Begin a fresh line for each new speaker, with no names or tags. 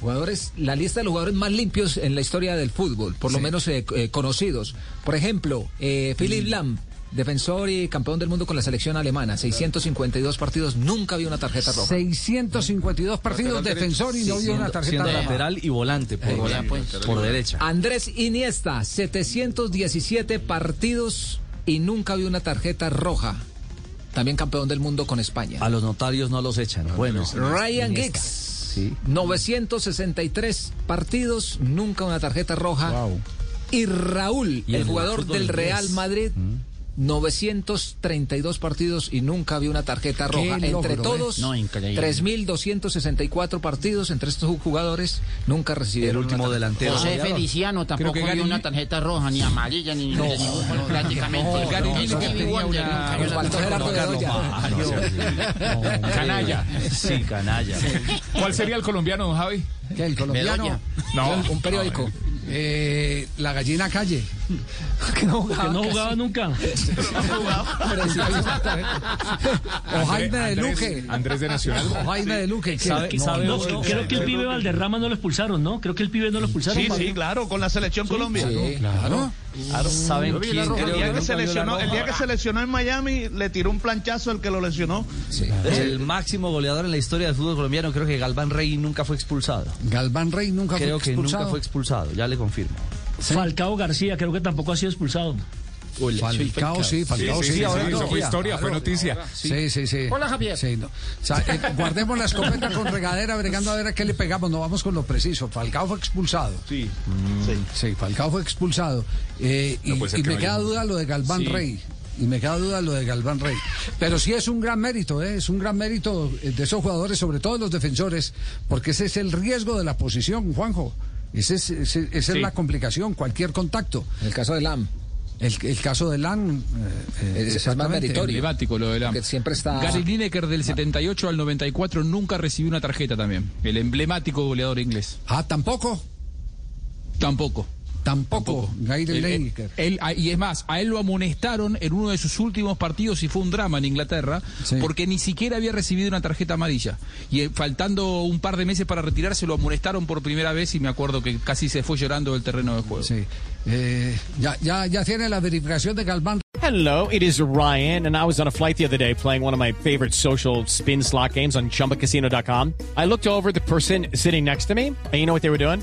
Jugadores, la lista de los jugadores más limpios en la historia del fútbol, por lo menos eh, eh, conocidos. Por ejemplo, eh,
Mm.
Philip Lahm, defensor y campeón del mundo con la selección alemana, 652 partidos, nunca vio una tarjeta roja.
652 partidos defensor y no vio una tarjeta
siendo
roja.
lateral y volante por, por derecha.
Andrés Iniesta, 717 partidos y nunca vio una tarjeta roja. También campeón del mundo con España.
A los notarios no los echan. Bueno,
Ryan Giggs, 963 partidos, nunca una tarjeta roja. Y Raúl, el
el
jugador
fútbol
del
inglés.
Real Madrid, 932 partidos y nunca vio una tarjeta roja.
Qué
Entre
logro,
todos,
¿eh?
3.264 partidos entre estos jugadores, nunca
el
recibieron
último
una tarjeta.
delantero.
José Feliciano tampoco vio una tarjeta roja, ni amarilla, ni de ningún color prácticamente. No,
Garinini que
este
tenía una-
Nos faltó Gerardo Bedoya.
canalla. Sí, canalla.
¿Cuál sería el colombiano, don Javi?
Que El colombiano,
Bedoya.
No.
un periódico. Eh, la gallina calle. Que no jugaba,
nunca.
O Jaime de
Andrés-
Luque.
Andrés de Nacional.
O Jaime de Luque. que-
¿Sabe, sabe
No,
uno-
creo que el pibe Valderrama no lo expulsaron, ¿no? Creo que el pibe no lo expulsaron.
Sí,
Pablo.
sí, claro, con la selección Colombia.
Sí, claro.
Claro, ¿Saben quién?
El
creo que
día, que
nunca
se
vio la
lesionó, el día que
roja?
se lesionó en Miami, le tiró un planchazo al que lo lesionó.
El máximo goleador en la historia del fútbol colombiano, creo que Galván Rey nunca fue expulsado.
Galván Rey nunca
Creo
fue
que nunca
expulsado.
fue expulsado, ya le confirmo.
Falcao García, creo que tampoco ha sido expulsado.
Falcao, sí, Falcao, sí.
Sí, sí,
ahora
eso
no.
fue historia, fue noticia.
Sí, sí, sí.
Hola, Javier.
Sí, no. O sea, eh, guardemos la escopeta con regadera, bregando a ver a qué le pegamos. No vamos con lo preciso. Falcao fue expulsado. Mm,
Sí.
Sí, Falcao fue expulsado. Eh, y
puede ser
y
que
me
no
queda
haya-
duda lo de Galván Rey. Y me queda duda lo de Galván Rey. Pero sí es un gran mérito, ¿eh? es un gran mérito eh, de esos jugadores, sobre todo de los defensores, porque ese es el riesgo de la posición, Juanjo. Ese es, ese- esa es la complicación, cualquier contacto.
En el caso de Lam,
El, el caso de eh, Lan
es, es más meritorio.
Emblemático lo de Lam.
Que siempre está-
Gary Lineker del 78 al 94 nunca recibió una tarjeta también. El emblemático goleador inglés.
Ah, tampoco,
Tampoco. Eh,
tampoco, Gary
Él- él-
Lineker.
él- a- y es más, a él lo amonestaron en uno de sus últimos partidos y fue un drama en Inglaterra
Sí.
porque ni siquiera había recibido una tarjeta amarilla. Y eh, faltando un par de meses para retirarse, lo amonestaron por primera vez y me acuerdo que casi se fue llorando del terreno de juego.
Sí. Eh, ya, ya, ya tiene la verificación de Galván
Hello, it is Ryan, and I was on a flight the other day playing one of my favorite social spin slot games on chumbacasino.com. I looked over at the person sitting next to me, and you know what they were doing?